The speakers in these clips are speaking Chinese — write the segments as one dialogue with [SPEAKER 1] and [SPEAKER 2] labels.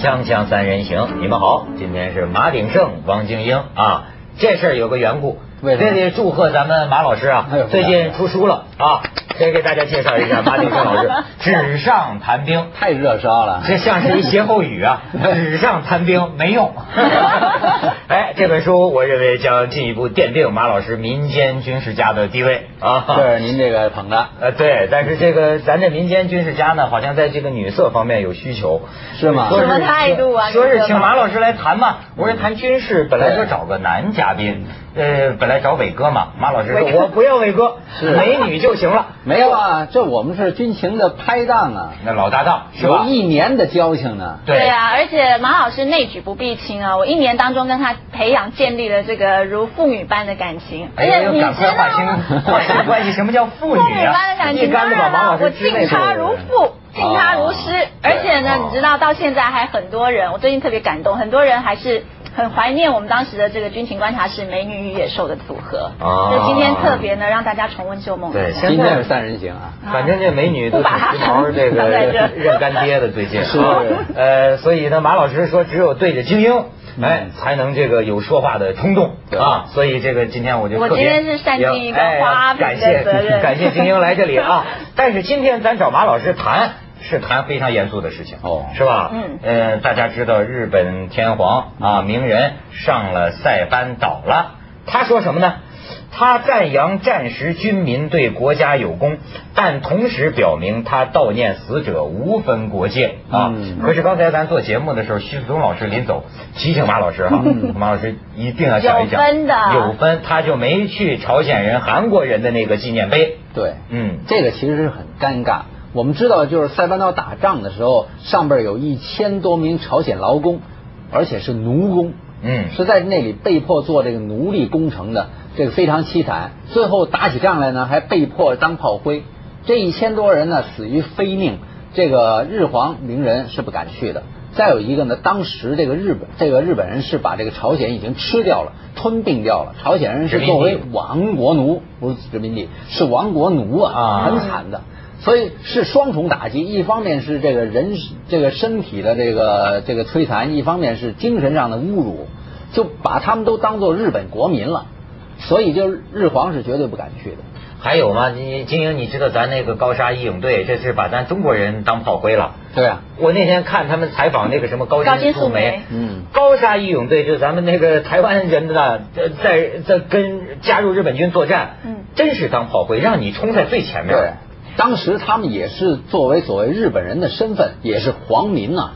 [SPEAKER 1] 锵锵三人行，你们好，今天是马鼎盛、王晶英啊。这事儿有个缘故，
[SPEAKER 2] 为什么
[SPEAKER 1] 这得祝贺咱们马老师啊
[SPEAKER 2] 哎呦，
[SPEAKER 1] 最近出书了啊。先给大家介绍一下马鼎盛 老师，《纸上谈兵》。
[SPEAKER 2] 太热烧了。
[SPEAKER 1] 这像是一歇后语 啊，纸上谈兵没用。哎，这本书我认为将进一步奠定马老师民间军事家的地位啊。
[SPEAKER 2] 这是您这个捧的，
[SPEAKER 1] 呃，对，但是这个咱这民间军事家呢，好像在这个女色方面有需求，
[SPEAKER 2] 是吗嗯
[SPEAKER 1] 说是
[SPEAKER 3] 什么态度啊
[SPEAKER 1] 说
[SPEAKER 3] 你
[SPEAKER 1] 是
[SPEAKER 3] 觉得
[SPEAKER 1] 请马老师来谈嘛，我说谈军事，本来说找个男嘉宾，呃，本来找伟哥嘛，马老师说
[SPEAKER 3] 伟哥
[SPEAKER 1] 我不要伟哥，
[SPEAKER 2] 是
[SPEAKER 1] 美女就行了，
[SPEAKER 2] 没有啊？这我们是军情的拍档啊，
[SPEAKER 1] 那老搭档是
[SPEAKER 2] 有
[SPEAKER 1] 吧？
[SPEAKER 2] 一年的交情呢。
[SPEAKER 1] 对
[SPEAKER 3] 啊，而且马老师内举不避亲啊，我一年当中跟他培养建立了这个如父女般的感情，
[SPEAKER 1] 哎
[SPEAKER 3] 而且
[SPEAKER 1] 呀，
[SPEAKER 3] 你
[SPEAKER 1] 赶
[SPEAKER 3] 知
[SPEAKER 1] 快划
[SPEAKER 3] 道
[SPEAKER 1] 清
[SPEAKER 3] 吗？
[SPEAKER 1] 划清关系，什么叫父
[SPEAKER 3] 父女
[SPEAKER 1] 女
[SPEAKER 3] 般的
[SPEAKER 1] 啊？
[SPEAKER 3] 感
[SPEAKER 1] 一
[SPEAKER 3] 情，当
[SPEAKER 1] 竿子把
[SPEAKER 3] 然
[SPEAKER 1] 马
[SPEAKER 3] 了
[SPEAKER 1] 老，
[SPEAKER 3] 我
[SPEAKER 1] 师之
[SPEAKER 3] 敬
[SPEAKER 1] 类
[SPEAKER 3] 他如父，敬他如师。
[SPEAKER 1] 哦
[SPEAKER 3] 而且呢，你知道到现在还很多人，我最近特别感动，很多人还是很怀念我们当时的这个军情观察室美女与野兽的组合。
[SPEAKER 1] 哦
[SPEAKER 3] 就今天特别呢，让大家重温旧梦。
[SPEAKER 1] 对
[SPEAKER 2] 今天是三人行啊，
[SPEAKER 1] 反正这美女都
[SPEAKER 3] 不把它
[SPEAKER 1] 是毛这个
[SPEAKER 3] 放在这
[SPEAKER 1] 认干爹的最近
[SPEAKER 2] 是
[SPEAKER 1] 啊，呃，所以呢，马老师说只有对着精英，哎，才能这个有说话的冲动
[SPEAKER 2] 嗯对
[SPEAKER 1] 啊，所以这个今天我就
[SPEAKER 3] 我
[SPEAKER 1] 特别
[SPEAKER 3] 今天是善尽一个
[SPEAKER 1] 哎
[SPEAKER 3] 花瓶的
[SPEAKER 1] 感谢
[SPEAKER 3] 责任
[SPEAKER 1] 感谢精英来这里 啊，但是今天咱找马老师谈。是谈非常严肃的事情，
[SPEAKER 2] 哦
[SPEAKER 1] 是吧？
[SPEAKER 3] 嗯
[SPEAKER 1] 呃，大家知道日本天皇啊，名人上了塞班岛了。他说什么呢？他赞扬战时军民对国家有功，但同时表明他悼念死者无分国界啊。
[SPEAKER 2] 嗯
[SPEAKER 1] 可是刚才咱做节目的时候，徐子东老师临走提醒马老师哈、马老师一定要讲一讲
[SPEAKER 3] 嗯有分的
[SPEAKER 1] 有分，他就没去朝鲜人、韩国人的那个纪念碑。
[SPEAKER 2] 对，
[SPEAKER 1] 嗯，
[SPEAKER 2] 这个其实是很尴尬。我们知道，就是塞班岛打仗的时候，上边有一千多名朝鲜劳工，而且是奴工，
[SPEAKER 1] 嗯
[SPEAKER 2] 是在那里被迫做这个奴隶工程的，这个非常凄惨。最后打起仗来呢，还被迫当炮灰。这一千多人呢，死于非命。这个日皇明仁是不敢去的。再有一个呢，当时这个日本这个日本人是把这个朝鲜已经吃掉了，吞并掉了。朝鲜人
[SPEAKER 1] 殖
[SPEAKER 2] 是
[SPEAKER 1] 民
[SPEAKER 2] 作为
[SPEAKER 1] 地
[SPEAKER 2] 亡国奴，不是殖民地，是亡国奴
[SPEAKER 1] 啊
[SPEAKER 2] 啊，很惨的。所以是双重打击，一方面是这个人这个身体的这个这个摧残，一方面是精神上的侮辱，就把他们都当做日本国民了。所以就是日皇是绝对不敢去的。
[SPEAKER 1] 还有吗？你金英，你知道咱那个高沙义勇队，这是把咱中国人当炮灰了。
[SPEAKER 2] 对啊，
[SPEAKER 1] 我那天看他们采访那个什么高
[SPEAKER 3] 高
[SPEAKER 1] 金
[SPEAKER 3] 金
[SPEAKER 1] 素
[SPEAKER 3] 素
[SPEAKER 1] 梅
[SPEAKER 3] 梅，
[SPEAKER 2] 嗯
[SPEAKER 1] 高沙义勇队就是咱们那个台湾人的，呃在在跟加入日本军作战，
[SPEAKER 3] 嗯
[SPEAKER 1] 真是当炮灰，让你冲在最前面。
[SPEAKER 2] 对，啊当时他们也是作为所谓日本人的身份，也是皇民呐、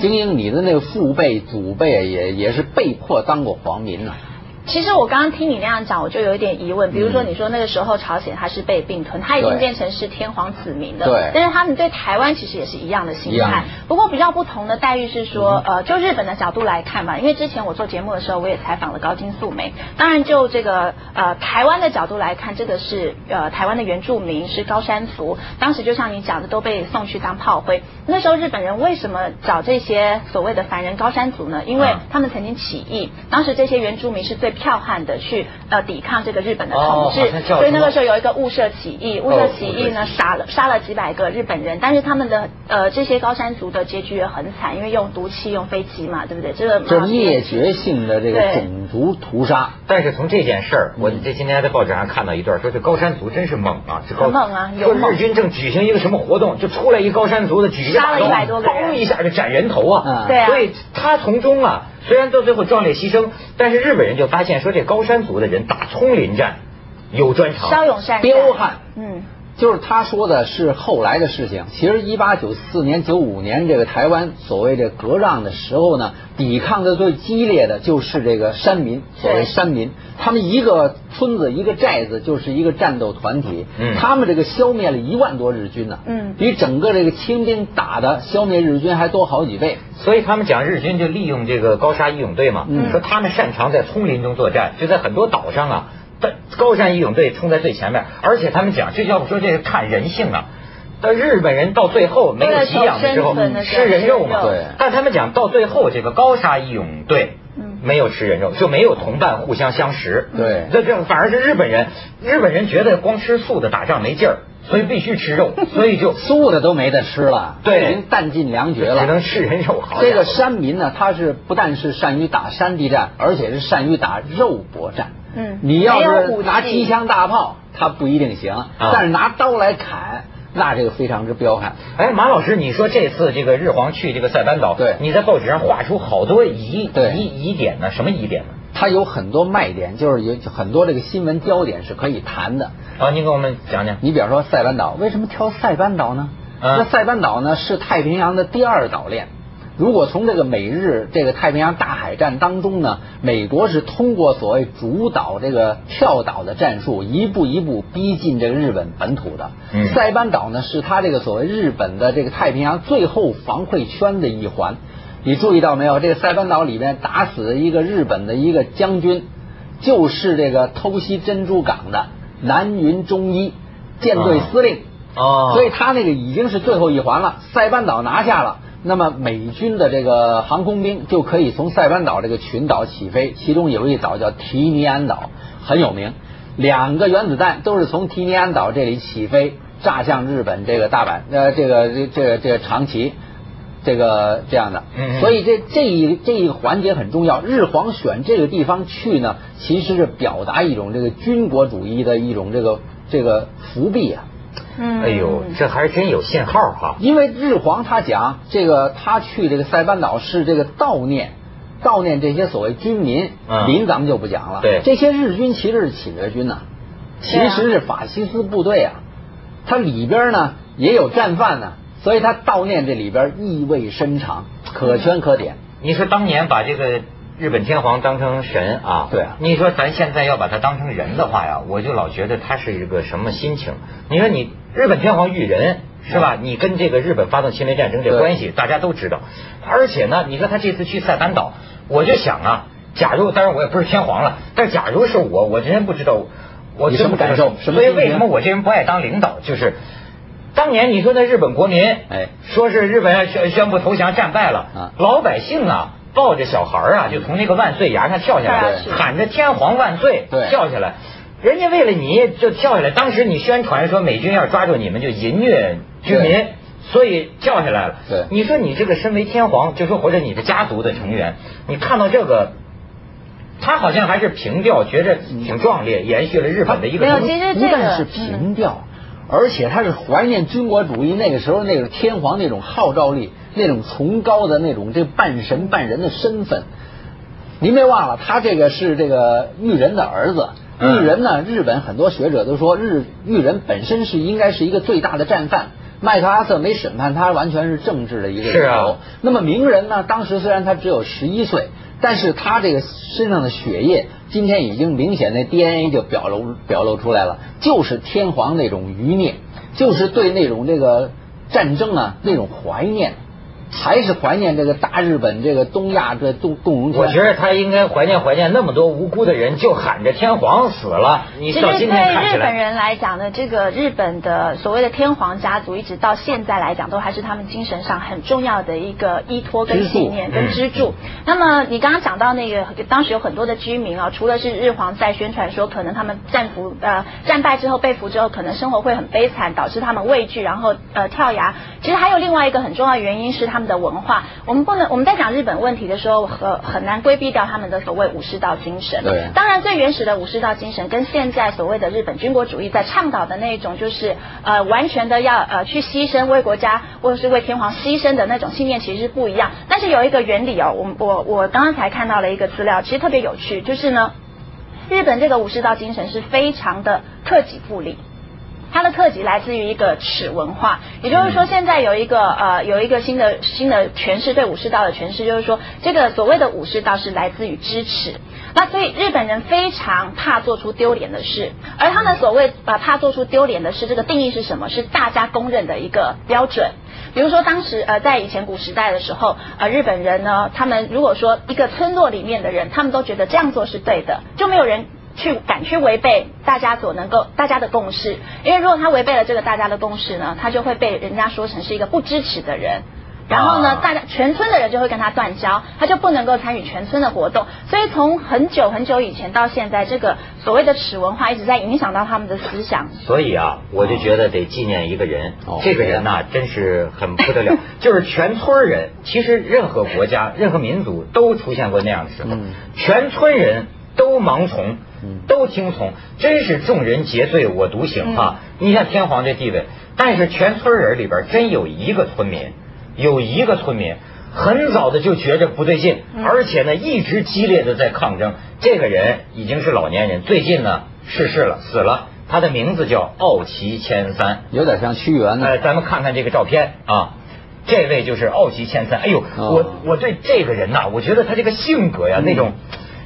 [SPEAKER 2] 精英，你的那个父辈、祖辈啊也也是被迫当过皇民呐、啊
[SPEAKER 3] 其实我刚刚听你那样讲，我就有一点疑问。比如说，你说那个时候朝鲜它是被并吞，它已经
[SPEAKER 2] 对
[SPEAKER 3] 变成是天皇子民的，
[SPEAKER 2] 对
[SPEAKER 3] 但是他们对台湾其实也是一样的
[SPEAKER 2] 一
[SPEAKER 3] 心
[SPEAKER 2] 样
[SPEAKER 3] 态，不过比较不同的待遇是说，
[SPEAKER 1] 嗯
[SPEAKER 3] 呃，就日本的角度来看吧，因为之前我做节目的时候，我也采访了高金素梅。当然，就这个呃台湾的角度来看，这个是呃台湾的原住民是高山族，当时就像你讲的，都被送去当炮灰。那时候日本人为什么找这些所谓的凡人高山族呢？因为
[SPEAKER 1] 嗯
[SPEAKER 3] 他们曾经起义，当时这些原住民是最剽悍的去呃抵抗这个日本的统治，
[SPEAKER 1] 哦好像叫
[SPEAKER 3] 所
[SPEAKER 1] 什
[SPEAKER 3] 以那
[SPEAKER 1] 么
[SPEAKER 3] 个时候有一个雾社起义，雾
[SPEAKER 1] 哦
[SPEAKER 3] 社起
[SPEAKER 1] 雾社
[SPEAKER 3] 义呢
[SPEAKER 1] 起义
[SPEAKER 3] 杀了杀了几百个日本人，但是他们的呃这些高山族的结局也很惨，因为用毒气、用飞机嘛，对不对？这个马
[SPEAKER 2] 就是
[SPEAKER 3] 老师
[SPEAKER 2] 灭绝性的这个
[SPEAKER 3] 对
[SPEAKER 2] 种族屠杀。
[SPEAKER 1] 但是从这件事
[SPEAKER 3] 嗯
[SPEAKER 1] 儿，我这今天还在报纸上看到一段，说这高山族真是猛啊，这高
[SPEAKER 3] 很猛啊
[SPEAKER 1] 说
[SPEAKER 3] 有猛
[SPEAKER 1] 日军正举行一个什么活动，就出来一高山族的，举一个
[SPEAKER 3] 杀了
[SPEAKER 1] 大刀
[SPEAKER 3] 100多个人
[SPEAKER 1] 嘣一下就斩人头啊，
[SPEAKER 2] 嗯
[SPEAKER 3] 对啊
[SPEAKER 1] 所以他从中啊，虽然到最后壮烈牺牲，但是日本人就发现说这高山族的人打丛林战有专长，
[SPEAKER 3] 骁勇善战，
[SPEAKER 2] 彪悍
[SPEAKER 3] 嗯，
[SPEAKER 2] 就是他说的是后来的事情。其实，一八九四年、九五年这个台湾所谓这革让的时候呢，抵抗的最激烈的就是这个山民，所谓山民，他们一个村子、一个寨子就是一个战斗团体。
[SPEAKER 1] 嗯
[SPEAKER 2] 他们这个消灭了一万多日军呢、
[SPEAKER 3] 嗯
[SPEAKER 2] 比整个这个清兵打的消灭日军还多好几倍。
[SPEAKER 1] 所以他们讲日军就利用这个高沙义勇队嘛，
[SPEAKER 2] 嗯
[SPEAKER 1] 说他们擅长在丛林中作战，就在很多岛上啊，但高山义勇队冲在最前面，而且他们讲，这要不说这是看人性啊。但日本人到最后没
[SPEAKER 3] 为
[SPEAKER 1] 有
[SPEAKER 3] 了
[SPEAKER 1] 给养的时候
[SPEAKER 3] 求生存的时候
[SPEAKER 1] 吃人肉嘛，
[SPEAKER 3] 吃人肉
[SPEAKER 2] 对
[SPEAKER 1] 但他们讲到最后这个高沙义勇队。
[SPEAKER 3] 嗯
[SPEAKER 1] 没有吃人肉，就没有同伴互相相识。
[SPEAKER 2] 对
[SPEAKER 1] 这这反而是日本人，日本人觉得光吃素的打仗没劲儿，所以必须吃肉，所以就
[SPEAKER 2] 素的都没得吃了，
[SPEAKER 1] 对
[SPEAKER 2] 已经弹尽粮绝了，
[SPEAKER 1] 只能吃人肉。好
[SPEAKER 2] 这
[SPEAKER 1] 家伙
[SPEAKER 2] 个山民呢，他是不但是善于打山地战，而且是善于打肉搏战。
[SPEAKER 3] 嗯
[SPEAKER 2] 你要
[SPEAKER 3] 没有
[SPEAKER 2] 是
[SPEAKER 3] 武器
[SPEAKER 2] 拿机枪大炮，他不一定行，但是拿刀来砍，那这个非常之彪悍。
[SPEAKER 1] 哎，马老师，你说这次这个日皇去这个塞班岛，
[SPEAKER 2] 对
[SPEAKER 1] 你在报纸上画出好多疑
[SPEAKER 2] 对
[SPEAKER 1] 疑疑点呢？什么疑点呢？
[SPEAKER 2] 它有很多卖点，就是有很多这个新闻焦点是可以谈的。
[SPEAKER 1] 啊，您给我们讲讲。
[SPEAKER 2] 你比方说塞班岛，为什么挑塞班岛呢？
[SPEAKER 1] 嗯
[SPEAKER 2] 那塞班岛呢是太平洋的第二岛链。如果从这个美日这个太平洋大海战当中呢，美国是通过所谓主导这个跳岛的战术，一步一步逼近这个日本本土的。
[SPEAKER 1] 嗯
[SPEAKER 2] 塞班岛呢是它这个所谓日本的这个太平洋最后防卫圈的一环。你注意到没有？这个塞班岛里面打死一个日本的一个将军，就是这个偷袭珍珠港的南云忠一舰队司令。
[SPEAKER 1] 哦
[SPEAKER 2] 所以他那个已经是最后一环了，塞班岛拿下了。那么美军的这个航空兵就可以从塞班岛这个群岛起飞，其中有一岛叫提尼安岛，很有名。两个原子弹都是从提尼安岛这里起飞，炸向日本这个大阪，呃，这个这这个这个长崎，这个这样的。
[SPEAKER 1] 嗯嗯
[SPEAKER 2] 所以这这一这一环节很重要。日皇选这个地方去呢，其实是表达一种这个军国主义的一种这个这个伏笔啊。
[SPEAKER 3] 嗯，
[SPEAKER 1] 哎呦，这还真有信号哈。
[SPEAKER 2] 因为日皇他讲这个，他去这个塞班岛是这个悼念，悼念这些所谓军民，
[SPEAKER 1] 嗯
[SPEAKER 2] 民咱们就不讲了。
[SPEAKER 1] 对
[SPEAKER 2] 这些日军其实是侵略军呐、其
[SPEAKER 3] 对啊
[SPEAKER 2] 实是法西斯部队啊，它里边呢也有战犯呢、所以他悼念这里边意味深长，可圈可点。
[SPEAKER 1] 你说当年把这个日本天皇当成神啊，
[SPEAKER 2] 对啊
[SPEAKER 1] 你说咱现在要把他当成人的话呀，我就老觉得他是一个什么心情？你说你日本天皇遇人是吧？你跟这个日本发动侵略战争这
[SPEAKER 2] 嗯对
[SPEAKER 1] 关系大家都知道，而且呢，你说他这次去塞班岛，我就想啊，假如当然我也不是天皇了，但假如是我，我真不知道我
[SPEAKER 2] 你
[SPEAKER 1] 真
[SPEAKER 2] 什
[SPEAKER 1] 不
[SPEAKER 2] 么
[SPEAKER 1] 知道
[SPEAKER 2] 感受什么
[SPEAKER 1] 所以
[SPEAKER 2] 心情
[SPEAKER 1] 为什么我这人不爱当领导？就是当年你说那日本国民，
[SPEAKER 2] 哎
[SPEAKER 1] 说是日本宣宣布投降战败了，
[SPEAKER 2] 啊
[SPEAKER 1] 老百姓啊抱着小孩儿啊就从那个万岁崖上跳下来，
[SPEAKER 3] 对
[SPEAKER 1] 喊着天皇万岁，
[SPEAKER 2] 啊对
[SPEAKER 1] 跳下来。人家为了你就跳下来，当时你宣传说美军要抓住你们就淫虐居民
[SPEAKER 2] 对，
[SPEAKER 1] 所以跳下来了。
[SPEAKER 2] 对
[SPEAKER 1] 你说你这个身为天皇，就说或者你的家族的成员，你看到这个，他好像还是平调，觉着
[SPEAKER 2] 嗯
[SPEAKER 1] 挺壮烈，延续了日本的一个
[SPEAKER 3] 没有
[SPEAKER 1] 东
[SPEAKER 3] 其实这
[SPEAKER 2] 不
[SPEAKER 3] 个嗯
[SPEAKER 2] 但是平调，而且他是怀念军国主义那个时候那个天皇那种号召力，那种崇高的那种这半神半人的身份。您别忘了，他这个是这个裕仁的儿子。
[SPEAKER 1] 嗯
[SPEAKER 2] 裕仁呢，日本很多学者都说日裕仁本身是应该是一个最大的战犯。麦克阿瑟没审判他，完全是政治的一个
[SPEAKER 1] 是
[SPEAKER 2] 理
[SPEAKER 1] 啊
[SPEAKER 2] 由。那么鸣人呢？当时虽然他只有十一岁，但是他这个身上的血液，今天已经明显的 DNA 就表露表露出来了，就是天皇那种余孽，就是对那种这个战争啊那种怀念，还是怀念这个大日本这个东亚这共共荣圈。
[SPEAKER 1] 我觉得他应该怀念怀念那么多无辜的人，就喊着天皇死了。你
[SPEAKER 3] 其实
[SPEAKER 1] 到
[SPEAKER 3] 对
[SPEAKER 1] 今天看起
[SPEAKER 3] 日
[SPEAKER 1] 来，
[SPEAKER 3] 本人来讲呢，这个日本的所谓的天皇家族，一直到现在来讲，都还是他们精神上很重要的一个依托跟
[SPEAKER 2] 支柱
[SPEAKER 3] 信念跟
[SPEAKER 1] 嗯
[SPEAKER 3] 支柱。那么你刚刚讲到那个，当时有很多的居民啊，除了是日皇在宣传说，可能他们战俘呃战败之后被俘之后，可能生活会很悲惨，导致他们畏惧，然后呃跳崖。其实还有另外一个很重要的原因是他们的文化。我们不能我们在讲日本问题的时候，很很难规避掉他们的所谓武士道精神。
[SPEAKER 2] 对
[SPEAKER 3] 当然，最原始的武士道精神跟现在所谓的日本军国主义在倡导的那种，就是呃完全的要呃去牺牲为国家或者是为天皇牺牲的那种信念，其实是不一样。但是有一个原理哦，我我我刚刚才看到了一个资料，其实特别有趣，就是呢，日本这个武士道精神是非常的克己复礼。它的特级来自于一个耻文化，也就是说，现在有一个呃有一个新的新的诠释对武士道的诠释，就是说这个所谓的武士道是来自于支持。那所以日本人非常怕做出丢脸的事，而他们所谓呃怕做出丢脸的事，这个定义是什么？是大家公认的一个标准。比如说当时呃在以前古时代的时候，呃日本人呢，他们如果说一个村落里面的人，他们都觉得这样做是对的，就没有人去敢去违背大家所能够大家的共识，因为如果他违背了这个大家的共识呢，他就会被人家说成是一个不支持的人。然后
[SPEAKER 1] 啊
[SPEAKER 3] 呢，大家全村的人就会跟他断交，他就不能够参与全村的活动。所以从很久很久以前到现在，这个所谓的齿文化一直在影响到他们的思想。
[SPEAKER 1] 所以啊，我就觉得得纪念一个人，
[SPEAKER 2] 哦
[SPEAKER 1] 这个人呐、真是很不得 了，就是全村人。其实任何国家、任何民族都出现过那样的时候，
[SPEAKER 2] 嗯
[SPEAKER 1] 全村人都盲从
[SPEAKER 2] 嗯，
[SPEAKER 1] 都听从，真是众人皆醉我独
[SPEAKER 3] 嗯
[SPEAKER 1] 醒啊！你像天皇这地位，但是全村人里边真有一个村民，有一个村民。很早的就觉着不对劲，
[SPEAKER 3] 嗯
[SPEAKER 1] 而且呢一直激烈的在抗争。这个人已经是老年人，最近呢逝世了，死了。他的名字叫奥奇千三。
[SPEAKER 2] 有点像屈原呢
[SPEAKER 1] 呃，。咱们看看这个照片啊，这位就是奥奇千三。哎呦，
[SPEAKER 2] 哦
[SPEAKER 1] 我我对这个人呐、我觉得他这个性格呀，
[SPEAKER 2] 嗯
[SPEAKER 1] 那种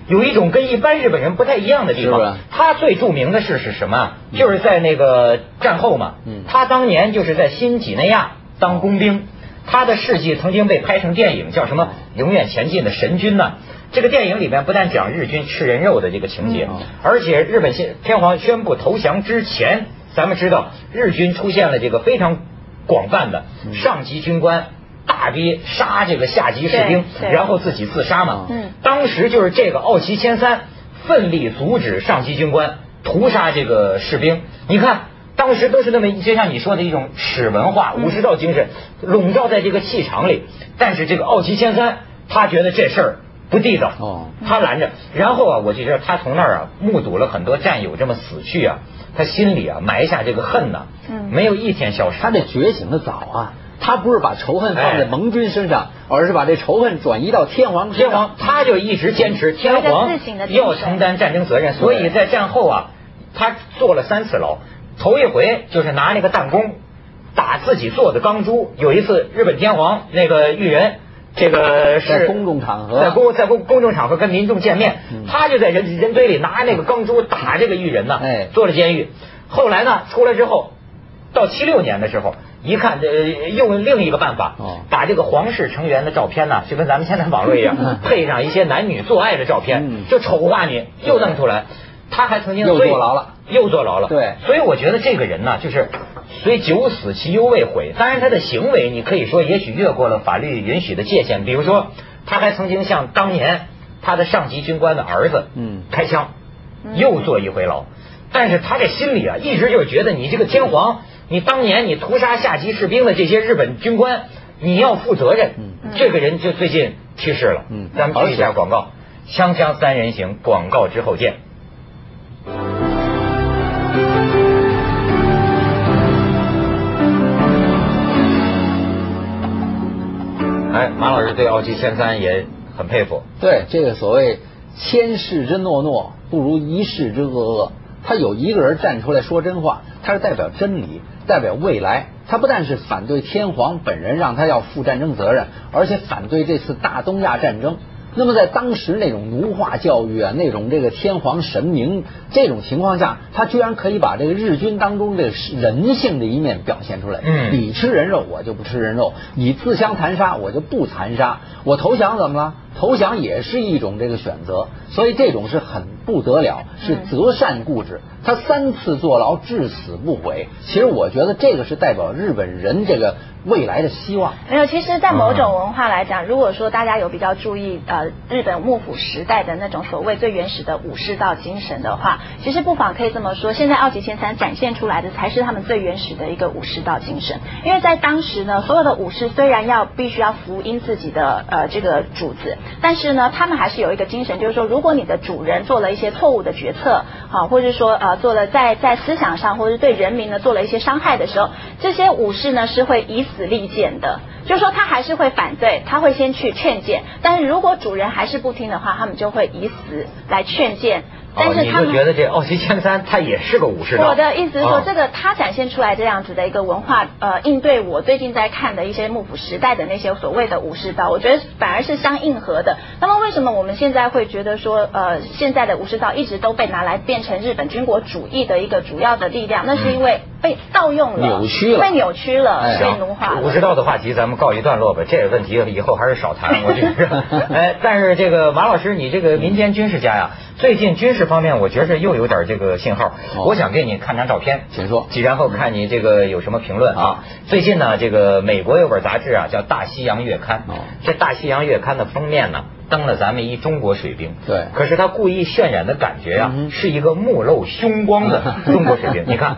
[SPEAKER 1] 有一种跟一般日本人不太一样的地
[SPEAKER 2] 是不
[SPEAKER 1] 方
[SPEAKER 2] 是。
[SPEAKER 1] 他最著名的事是什么啊？就是在那个战后嘛，
[SPEAKER 2] 嗯
[SPEAKER 1] 他当年就是在新几内亚当工兵。他的事迹曾经被拍成电影，叫什么《永远前进的神军》呐。这个电影里面不但讲日军吃人肉的这个情节，
[SPEAKER 3] 哦
[SPEAKER 2] 嗯
[SPEAKER 1] 而且日本新天皇宣布投降之前，咱们知道日军出现了这个非常广泛的
[SPEAKER 2] 嗯
[SPEAKER 1] 上级军官大逼杀这个下级士兵，
[SPEAKER 3] 对对
[SPEAKER 1] 然后自己自杀嘛。
[SPEAKER 3] 嗯
[SPEAKER 1] 当时就是这个奥奇千三奋力阻止上级军官屠杀这个士兵。你看，当时都是那么就像你说的一种史文化、
[SPEAKER 3] 嗯
[SPEAKER 1] 武士道精神笼罩在这个气场里。但是这个奥奇千三，他觉得这事儿不地道，
[SPEAKER 2] 哦
[SPEAKER 1] 他拦着。然后啊，我就觉得他从那儿啊，目睹了很多战友这么死去啊，他心里啊埋下这个恨呐、
[SPEAKER 3] 嗯
[SPEAKER 1] 没有一天消失。
[SPEAKER 2] 他这觉醒的早啊，他不是把仇恨放
[SPEAKER 1] 哎
[SPEAKER 2] 在盟军身上，而是把这仇恨转移到天皇身
[SPEAKER 1] 天
[SPEAKER 2] 上。
[SPEAKER 1] 皇他就一直坚持天皇
[SPEAKER 3] 有一个自省的精神
[SPEAKER 1] 要承担战争责任，所以在战后啊，他坐了三次牢。头一回就是拿那个弹弓打自己做的钢珠。有一次，日本天皇那个裕仁，这个是
[SPEAKER 2] 在公众场合
[SPEAKER 1] 在公在公公众场合跟民众见面，
[SPEAKER 2] 嗯
[SPEAKER 1] 他就在人人堆里拿那个钢珠打这个裕仁呐，
[SPEAKER 2] 哎
[SPEAKER 1] 坐了监狱。后来呢，出来之后，到七六年的时候，一看这呃用另一个办法，
[SPEAKER 2] 哦
[SPEAKER 1] 把这个皇室成员的照片呢，就跟咱们现在网络一 样，配上一些男女做爱的照片
[SPEAKER 2] 嗯，
[SPEAKER 1] 就丑化你，又弄出来。他还曾经
[SPEAKER 2] 又
[SPEAKER 1] 所以
[SPEAKER 2] 坐牢了，
[SPEAKER 1] 又坐牢了。
[SPEAKER 2] 对
[SPEAKER 1] 所以我觉得这个人呢，就是虽九死其犹未悔。当然，他的行为你可以说也许越过了法律允许的界限，比如说，他还曾经向当年他的上级军官的儿子，
[SPEAKER 2] 嗯
[SPEAKER 1] 开枪，
[SPEAKER 3] 嗯
[SPEAKER 1] 又坐一回牢。但是他这心里啊，一直就觉得你这个天皇，你当年你屠杀下级士兵的这些日本军官，你要负责任。
[SPEAKER 2] 嗯
[SPEAKER 1] 这个人就最近去世了。
[SPEAKER 2] 嗯
[SPEAKER 1] 咱们去一下广告，《锵锵三人行》广告之后见。哎，马老师对奥基千三也很佩服。
[SPEAKER 2] 对，这个所谓千世之诺诺，不如一世之恶恶。他有一个人站出来说真话，他是代表真理，代表未来。他不但是反对天皇本人让他要负战争责任，而且反对这次大东亚战争。那么在当时那种奴化教育啊，那种这个天皇神明这种情况下，他居然可以把这个日军当中这个人性的一面表现出来。
[SPEAKER 1] 嗯
[SPEAKER 2] 你吃人肉，我就不吃人肉；你自相残杀，我就不残杀。我投降怎么了？投降也是一种这个选择，所以这种是很不得了，是
[SPEAKER 3] 嗯
[SPEAKER 2] 择善固执。他三次坐牢，至死不悔。其实我觉得这个是代表日本人这个未来的希望。
[SPEAKER 3] 没有，其实，在某种文化来讲，如果说大家有比较注意呃日本幕府时代的那种所谓最原始的武士道精神的话，其实不妨可以这么说，现在奥吉千三展现出来的才是他们最原始的一个武士道精神。因为在当时呢，所有的武士虽然要必须要服膺自己的呃这个主子，但是呢，他们还是有一个精神，就是说，如果你的主人做了一些错误的决策，啊，或者说呃做了在在思想上或者对人民呢做了一些伤害的时候，这些武士呢是会以死立谏的。就是说他还是会反对，他会先去劝谏，但是如果主人还是不听的话，他们就会以死来劝谏。但
[SPEAKER 1] 哦，
[SPEAKER 3] 是
[SPEAKER 1] 你
[SPEAKER 3] 他
[SPEAKER 1] 就
[SPEAKER 3] 们、
[SPEAKER 1] 觉得这奥奇千三他也是个武士道？
[SPEAKER 3] 我的意思是
[SPEAKER 1] 啊
[SPEAKER 2] 嗯
[SPEAKER 3] 说，这个他展现出来这样子的一个文化，呃，应对我最近在看的一些幕府时代的那些所谓的武士道，我觉得反而是相应和的。那么为什么我们现在会觉得说，呃，现在的武士道一直都被拿来变成日本军国主义的一个主要的力量？那是因为被盗用了，
[SPEAKER 2] 扭曲了
[SPEAKER 3] 被扭曲
[SPEAKER 2] 哎
[SPEAKER 3] 了，
[SPEAKER 1] 行
[SPEAKER 3] 被奴化了。
[SPEAKER 1] 武士道的话题咱们告一段落吧，这个 问题以后还是少谈，我觉得。哎，但是这个马老师，你这个民间军事家呀，最近军事方面，我觉着又有点这个信号。
[SPEAKER 2] 哦
[SPEAKER 1] 我想给你看张照片，
[SPEAKER 2] 请说
[SPEAKER 1] 然后看你这个有什么评论啊
[SPEAKER 2] 啊？
[SPEAKER 1] 最近呢，这个美国有本杂志啊，叫《大西洋月刊》。
[SPEAKER 2] 哦
[SPEAKER 1] 这《大西洋月刊》的封面呢，登了咱们一中国水兵。
[SPEAKER 2] 对
[SPEAKER 1] 可是他故意渲染的感觉啊，
[SPEAKER 2] 嗯哼
[SPEAKER 1] 是一个目露凶光 的中国水兵。你看，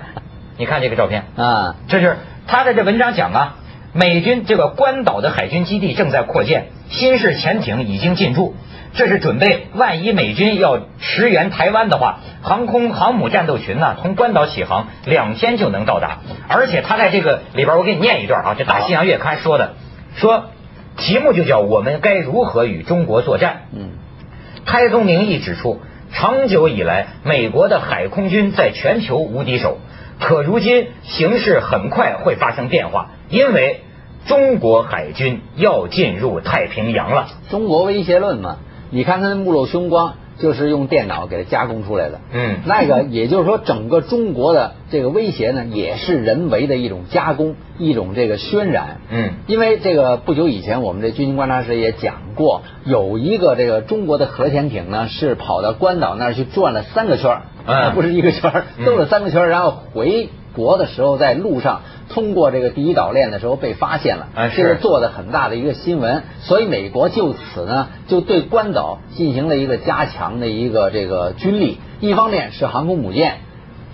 [SPEAKER 1] 你看这个照片。
[SPEAKER 2] 啊，
[SPEAKER 1] 这是他的这文章讲啊，美军这个关岛的海军基地正在扩建，新式潜艇已经进驻，这是准备万一美军要驰援台湾的话，航空航母战斗群呢、从关岛起航，两天就能到达。而且他在这个里边，我给你念一段啊，这《大西洋月刊》说的，说题目就叫“我们该如何与中国作战”。
[SPEAKER 2] 嗯，
[SPEAKER 1] 开宗明义指出，长久以来，美国的海空军在全球无敌手。可如今形势很快会发生变化，因为中国海军要进入太平洋了。
[SPEAKER 2] 中国威胁论嘛，你看他的目露凶光，就是用电脑给它加工出来的。
[SPEAKER 1] 嗯
[SPEAKER 2] 那个也就是说，整个中国的这个威胁呢，也是人为的一种加工，一种这个渲染。
[SPEAKER 1] 嗯
[SPEAKER 2] 因为这个不久以前，我们这军情观察室也讲过，有一个这个中国的核潜艇呢，是跑到关岛那儿去转了三个圈儿，
[SPEAKER 1] 嗯
[SPEAKER 2] 不是一个圈儿，
[SPEAKER 1] 嗯
[SPEAKER 2] 兜了三个圈儿，然后回国的时候，在路上通过这个第一岛链的时候被发现了，
[SPEAKER 1] 啊是
[SPEAKER 2] 这个做的很大的一个新闻，所以美国就此呢就对关岛进行了一个加强的一个这个军力，一方面是航空母舰。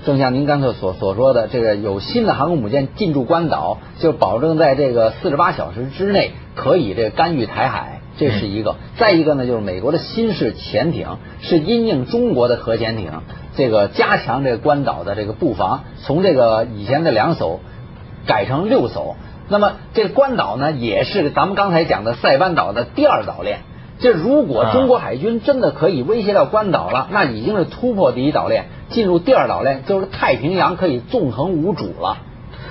[SPEAKER 2] 正像您刚才所所说的，这个有新的航空母舰进驻关岛，就保证在这个四十八小时之内可以这个干预台海，这是一个。再一个呢，就是美国的新式潜艇是因应中国的核潜艇，这个加强这个关岛的这个布防，从这个以前的两艘改成六艘。那么这个关岛呢，也是咱们刚才讲的塞班岛的第二岛链。这如
[SPEAKER 1] 啊
[SPEAKER 2] 果中国海军真的可以威胁到关岛了，那已经是突破第一岛链，进入第二岛链，就是太平洋可以纵横无阻了。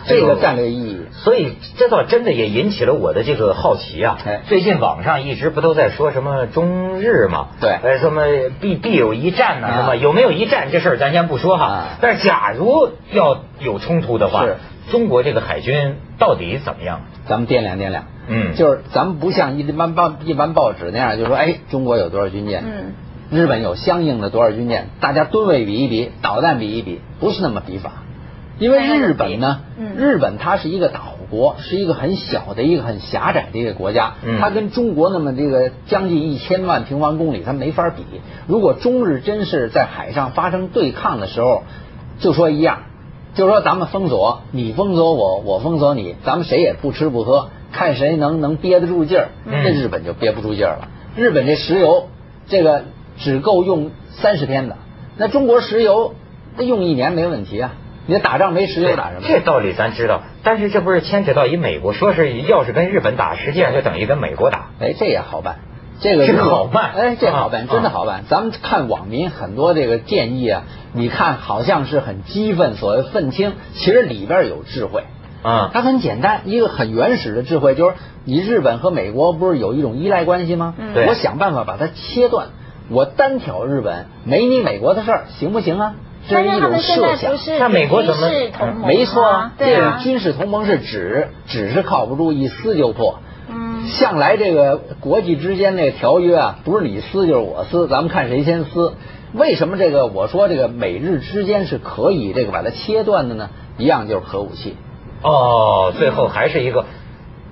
[SPEAKER 1] 哎
[SPEAKER 2] 这个战略意义，
[SPEAKER 1] 所以这倒真的也引起了我的这个好奇啊
[SPEAKER 2] 哎！
[SPEAKER 1] 最近网上一直不都在说什么中日嘛？
[SPEAKER 2] 对
[SPEAKER 1] 呃，什么必必有一战呐、
[SPEAKER 2] 啊
[SPEAKER 1] 什么有没有一战这事儿咱先不说哈。
[SPEAKER 2] 啊
[SPEAKER 1] 但是假如要有冲突的话
[SPEAKER 2] 是，
[SPEAKER 1] 中国这个海军到底怎么样？
[SPEAKER 2] 咱们掂量掂量。
[SPEAKER 1] 嗯
[SPEAKER 2] 就是咱们不像一般报一般报纸那样，就说哎，中国有多少军舰？
[SPEAKER 3] 嗯，
[SPEAKER 2] 日本有相应的多少军舰？大家吨位比一比，导弹比一比，不是那么比法。因为日本呢，
[SPEAKER 3] 嗯
[SPEAKER 2] 日本它是一个岛国，是一个很小的一个很狭窄的一个国家，
[SPEAKER 1] 嗯
[SPEAKER 2] 它跟中国那么这个将近一千万平方公里，它没法比。如果中日真是在海上发生对抗的时候，就说一样，就说咱们封锁，你封锁我，我封锁你，咱们谁也不吃不喝，看谁能能憋得住劲儿，
[SPEAKER 1] 嗯
[SPEAKER 2] 这日本就憋不住劲儿了。日本这石油这个只够用三十天的，那中国石油那用一年没问题啊。你打仗没石油打什么？
[SPEAKER 1] 这道理咱知道，但是这不是牵扯到一美国，说是要是跟日本打，实际上就等于跟美国打。
[SPEAKER 2] 哎，这也好办，这个
[SPEAKER 1] 这个好办
[SPEAKER 2] 哎，这好
[SPEAKER 1] 啊
[SPEAKER 2] 办，真的好办。咱们看网民很多这个建议啊，你看好像是很激愤，所谓愤青，其实里边有智慧。
[SPEAKER 1] 啊
[SPEAKER 2] 它很简单，一个很原始的智慧就是，你日本和美国不是有一种依赖关系吗？
[SPEAKER 3] 嗯
[SPEAKER 1] 对
[SPEAKER 2] 我想办法把它切断，我单挑日本，没你美国的事儿，行不行啊？这
[SPEAKER 3] 但
[SPEAKER 2] 是一
[SPEAKER 3] 是他
[SPEAKER 2] 种
[SPEAKER 3] 们现在
[SPEAKER 2] 设
[SPEAKER 3] 不
[SPEAKER 2] 想。
[SPEAKER 3] 是
[SPEAKER 1] 那美国怎么
[SPEAKER 3] 军事同盟吗
[SPEAKER 2] 没错啊，
[SPEAKER 3] 对嗯啊
[SPEAKER 2] 这，军事同盟是纸，纸是靠不住，一撕就破。
[SPEAKER 3] 嗯
[SPEAKER 2] 向来这个国际之间那个条约啊，不是你撕就是我撕，咱们看谁先撕。为什么这个我说这个美日之间是可以这个把它切断的呢？一样就是核武器。
[SPEAKER 1] 哦，最后还是一个，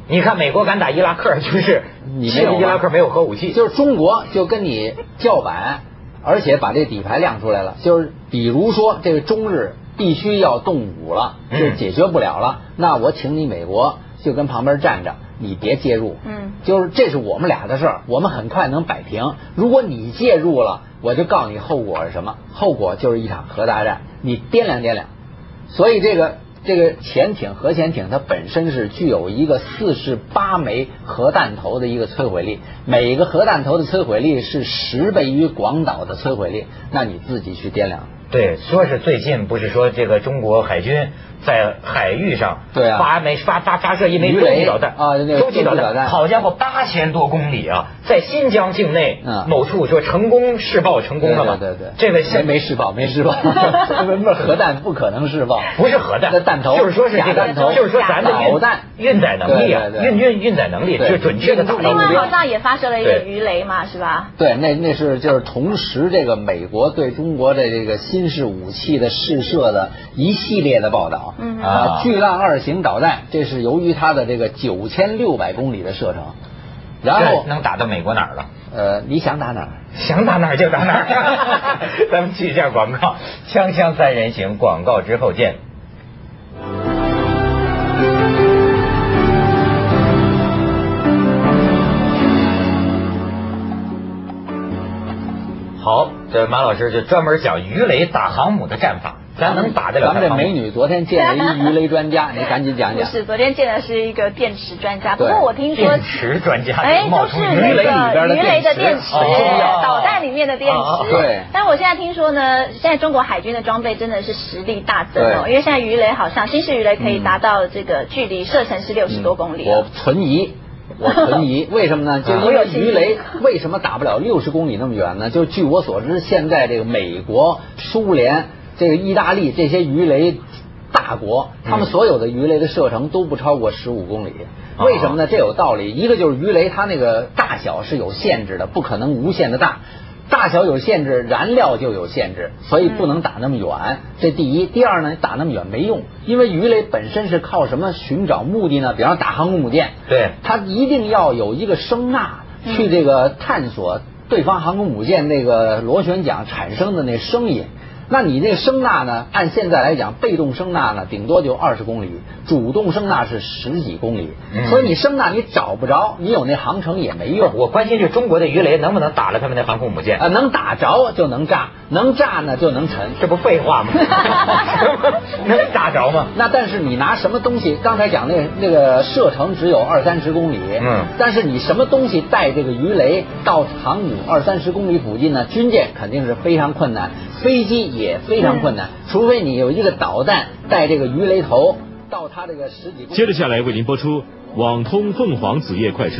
[SPEAKER 1] 你看美国敢打伊拉克，就是
[SPEAKER 2] 你没
[SPEAKER 1] 幸好
[SPEAKER 2] 有吗
[SPEAKER 1] 伊拉克没有核武器。
[SPEAKER 2] 就是中国就跟你叫板，而且把这底牌亮出来了。就是比如说，这个中日必须要动武了，
[SPEAKER 1] 嗯
[SPEAKER 2] 就解决不了了，那我请你美国就跟旁边站着，你别介入。
[SPEAKER 3] 嗯
[SPEAKER 2] 就是这是我们俩的事儿，我们很快能摆平。如果你介入了，我就告诉你后果是什么，后果就是一场核大战。你掂量掂量，所以这个这个潜艇核潜艇它本身是具有一个四十八枚核弹头的一个摧毁力，每个核弹头的摧毁力是十倍于广岛的摧毁力，那你自己去掂量。
[SPEAKER 1] 对，说是最近不是说这个中国海军在海域上
[SPEAKER 2] 对啊
[SPEAKER 1] 发枚发发发射一枚
[SPEAKER 2] 鱼
[SPEAKER 1] 洲
[SPEAKER 2] 雷
[SPEAKER 1] 际导弹
[SPEAKER 2] 啊那个
[SPEAKER 1] 洲际导
[SPEAKER 2] 洲际导弹
[SPEAKER 1] 弹，好家伙，八千多公里啊，在新疆境内
[SPEAKER 2] 嗯
[SPEAKER 1] 某处说成功试爆成功了嘛？
[SPEAKER 2] 对对对，对
[SPEAKER 1] 这个
[SPEAKER 2] 没没试爆，没试爆，那核弹不可能试爆，
[SPEAKER 1] 不是核弹，
[SPEAKER 2] 那弹头
[SPEAKER 1] 就是说是这
[SPEAKER 2] 假
[SPEAKER 1] 个
[SPEAKER 2] 弹头，
[SPEAKER 1] 就是说咱的
[SPEAKER 2] 导
[SPEAKER 1] 运
[SPEAKER 2] 弹
[SPEAKER 1] 运载能力啊
[SPEAKER 2] 对，对对
[SPEAKER 1] 运运运载能力，就
[SPEAKER 2] 对
[SPEAKER 1] 是准确的打到
[SPEAKER 3] 另
[SPEAKER 1] 目
[SPEAKER 3] 外
[SPEAKER 1] 标
[SPEAKER 3] 好。像也发射了一个
[SPEAKER 1] 对
[SPEAKER 3] 鱼雷嘛，是吧？
[SPEAKER 2] 对，那那是就是同时这个美国对中国的这个新式武器的试射的一系列的报道。
[SPEAKER 3] 嗯
[SPEAKER 1] 啊
[SPEAKER 2] 啊，巨浪二型导弹，这是由于它的这个九千六百公里的射程，然后
[SPEAKER 1] 这能打到美国哪儿了？
[SPEAKER 2] 呃，你想打哪儿？
[SPEAKER 1] 想打哪儿就打哪 儿。咱们去一下广告，锵锵三人行，广告之后见。好，这马老师就专门讲鱼雷打航母的战法，咱能打得了
[SPEAKER 2] 咱
[SPEAKER 1] 它
[SPEAKER 2] 们这
[SPEAKER 1] 航母
[SPEAKER 2] 美女昨天见了一鱼雷专家，你赶紧讲
[SPEAKER 3] 不
[SPEAKER 2] 讲。
[SPEAKER 3] 是，昨天见的是一个电池专家，不
[SPEAKER 2] 对
[SPEAKER 3] 过我听说
[SPEAKER 1] 电。池专家，
[SPEAKER 3] 哎，
[SPEAKER 1] 冒
[SPEAKER 3] 就
[SPEAKER 1] 出
[SPEAKER 3] 是
[SPEAKER 1] 鱼
[SPEAKER 3] 那
[SPEAKER 1] 雷
[SPEAKER 3] 个
[SPEAKER 1] 里边的
[SPEAKER 3] 鱼雷
[SPEAKER 1] 电
[SPEAKER 3] 的电
[SPEAKER 1] 池
[SPEAKER 3] 池
[SPEAKER 1] 哦，
[SPEAKER 3] 导弹里面的电
[SPEAKER 1] 哦
[SPEAKER 3] 池。
[SPEAKER 2] 对
[SPEAKER 3] 但我现在听说呢，现在中国海军的装备真的是实力大增哦，
[SPEAKER 2] 对
[SPEAKER 3] 因为现在鱼雷好像新式鱼雷可以达到这个距离射程是六十多公里
[SPEAKER 2] 嗯
[SPEAKER 3] 啊
[SPEAKER 2] 我
[SPEAKER 3] 了。
[SPEAKER 2] 存疑，我存 疑，为什么呢？就
[SPEAKER 1] 啊
[SPEAKER 2] 因
[SPEAKER 3] 我有
[SPEAKER 2] 为
[SPEAKER 3] 信心
[SPEAKER 2] 鱼雷为什么打不了六十公里那么远呢？就据我所知，现在这个美国、苏联、这个意大利这些鱼雷。大国，他
[SPEAKER 1] 嗯
[SPEAKER 2] 们所有的鱼雷的射程都不超过十五公里，
[SPEAKER 3] 哦
[SPEAKER 1] 啊
[SPEAKER 2] 为什么呢？这有道理。一个就是鱼雷它那个大小是有限制的，不可能无限的大，大小有限制，燃料就有限制，所以不能打那么远。这第一，第二呢，打那么远没用，因为鱼雷本身是靠什么寻找目的呢？比方打航空母舰，
[SPEAKER 1] 对
[SPEAKER 2] 它一定要有一个声呐
[SPEAKER 3] 嗯
[SPEAKER 2] 去这个探索对方航空母舰那个螺旋桨产生的那声音。那你那声呐呢？按现在来讲，被动声呐呢，顶多就二十公里，主动声呐是十几公里。
[SPEAKER 1] 嗯
[SPEAKER 2] 所以你声呐你找不着，你有那航程也没用。
[SPEAKER 1] 我关心就是中国的鱼雷能不能打了他们的航空母舰？
[SPEAKER 2] 啊，能打着就能炸，能炸呢就能沉。
[SPEAKER 1] 这不废话吗？ 能打着吗？
[SPEAKER 2] 那但是你拿什么东西？刚才讲那那个射程只有二三十公里，
[SPEAKER 1] 嗯
[SPEAKER 2] 但是你什么东西带这个鱼雷到航母二三十公里附近呢？军舰肯定是非常困难，飞机也非常困难，除非你有一个导弹带这个鱼雷头到它这个十几公里。
[SPEAKER 4] 接着下来为您播出《网通凤凰子夜快车》，